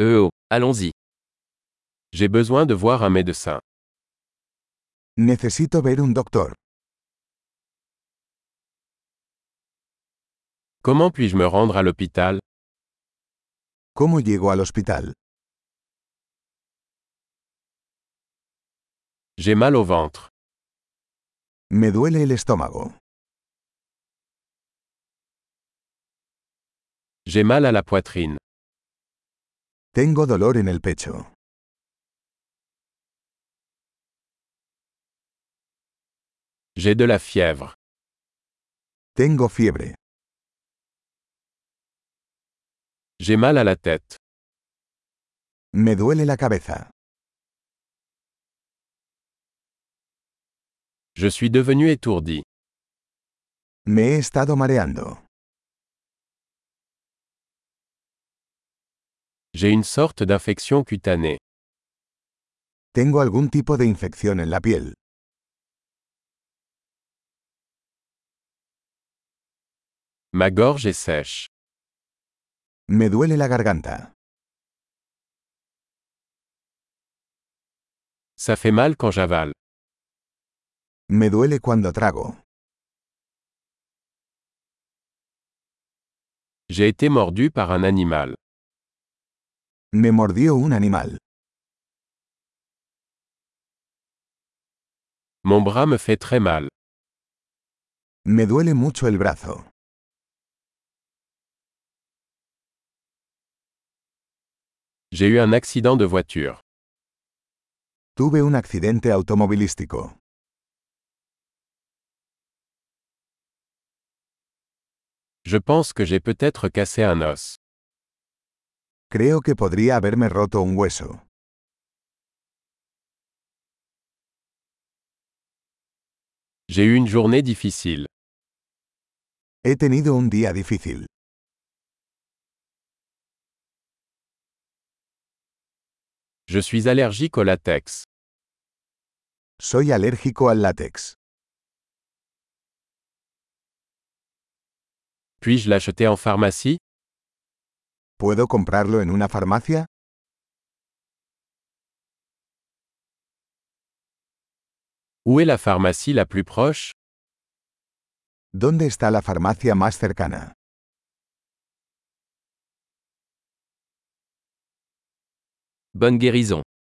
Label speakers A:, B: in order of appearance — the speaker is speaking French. A: Euh oh, allons-y.
B: J'ai besoin de voir un médecin.
C: Necesito ver un doctor.
B: Comment puis-je me rendre à l'hôpital
C: ¿Cómo llego al hospital?
B: J'ai mal au ventre.
C: Me duele el estómago.
B: J'ai mal à la poitrine.
C: Tengo dolor en el pecho.
B: J'ai de la fièvre.
C: Tengo fiebre.
B: J'ai mal à la tête.
C: Me duele la cabeza.
B: Je suis devenu étourdi.
C: Me he estado mareando.
B: J'ai une sorte d'infection cutanée.
C: Tengo algún tipo de infección en la piel.
B: Ma gorge est sèche.
C: Me duele la garganta.
B: Ça fait mal quand j'avale.
C: Me duele cuando trago.
B: J'ai été mordu par un animal.
C: Me mordió un animal.
B: Mon bras me fait très mal.
C: Me duele mucho el brazo.
B: J'ai eu un accident de voiture.
C: Tuve un accidente automovilístico.
B: Je pense que j'ai peut-être cassé un os.
C: Creo que podría haberme roto un hueso.
B: J'ai eu une journée difficile.
C: He tenido un día difícil.
B: Je suis allergique au latex.
C: Soy alérgico al látex.
B: Puis-je l'acheter en pharmacie
C: ¿Puedo comprarlo en una farmacia?
B: Où est la pharmacie la plus proche
C: ¿Dónde está la farmacia más cercana?
A: Bonne guérison.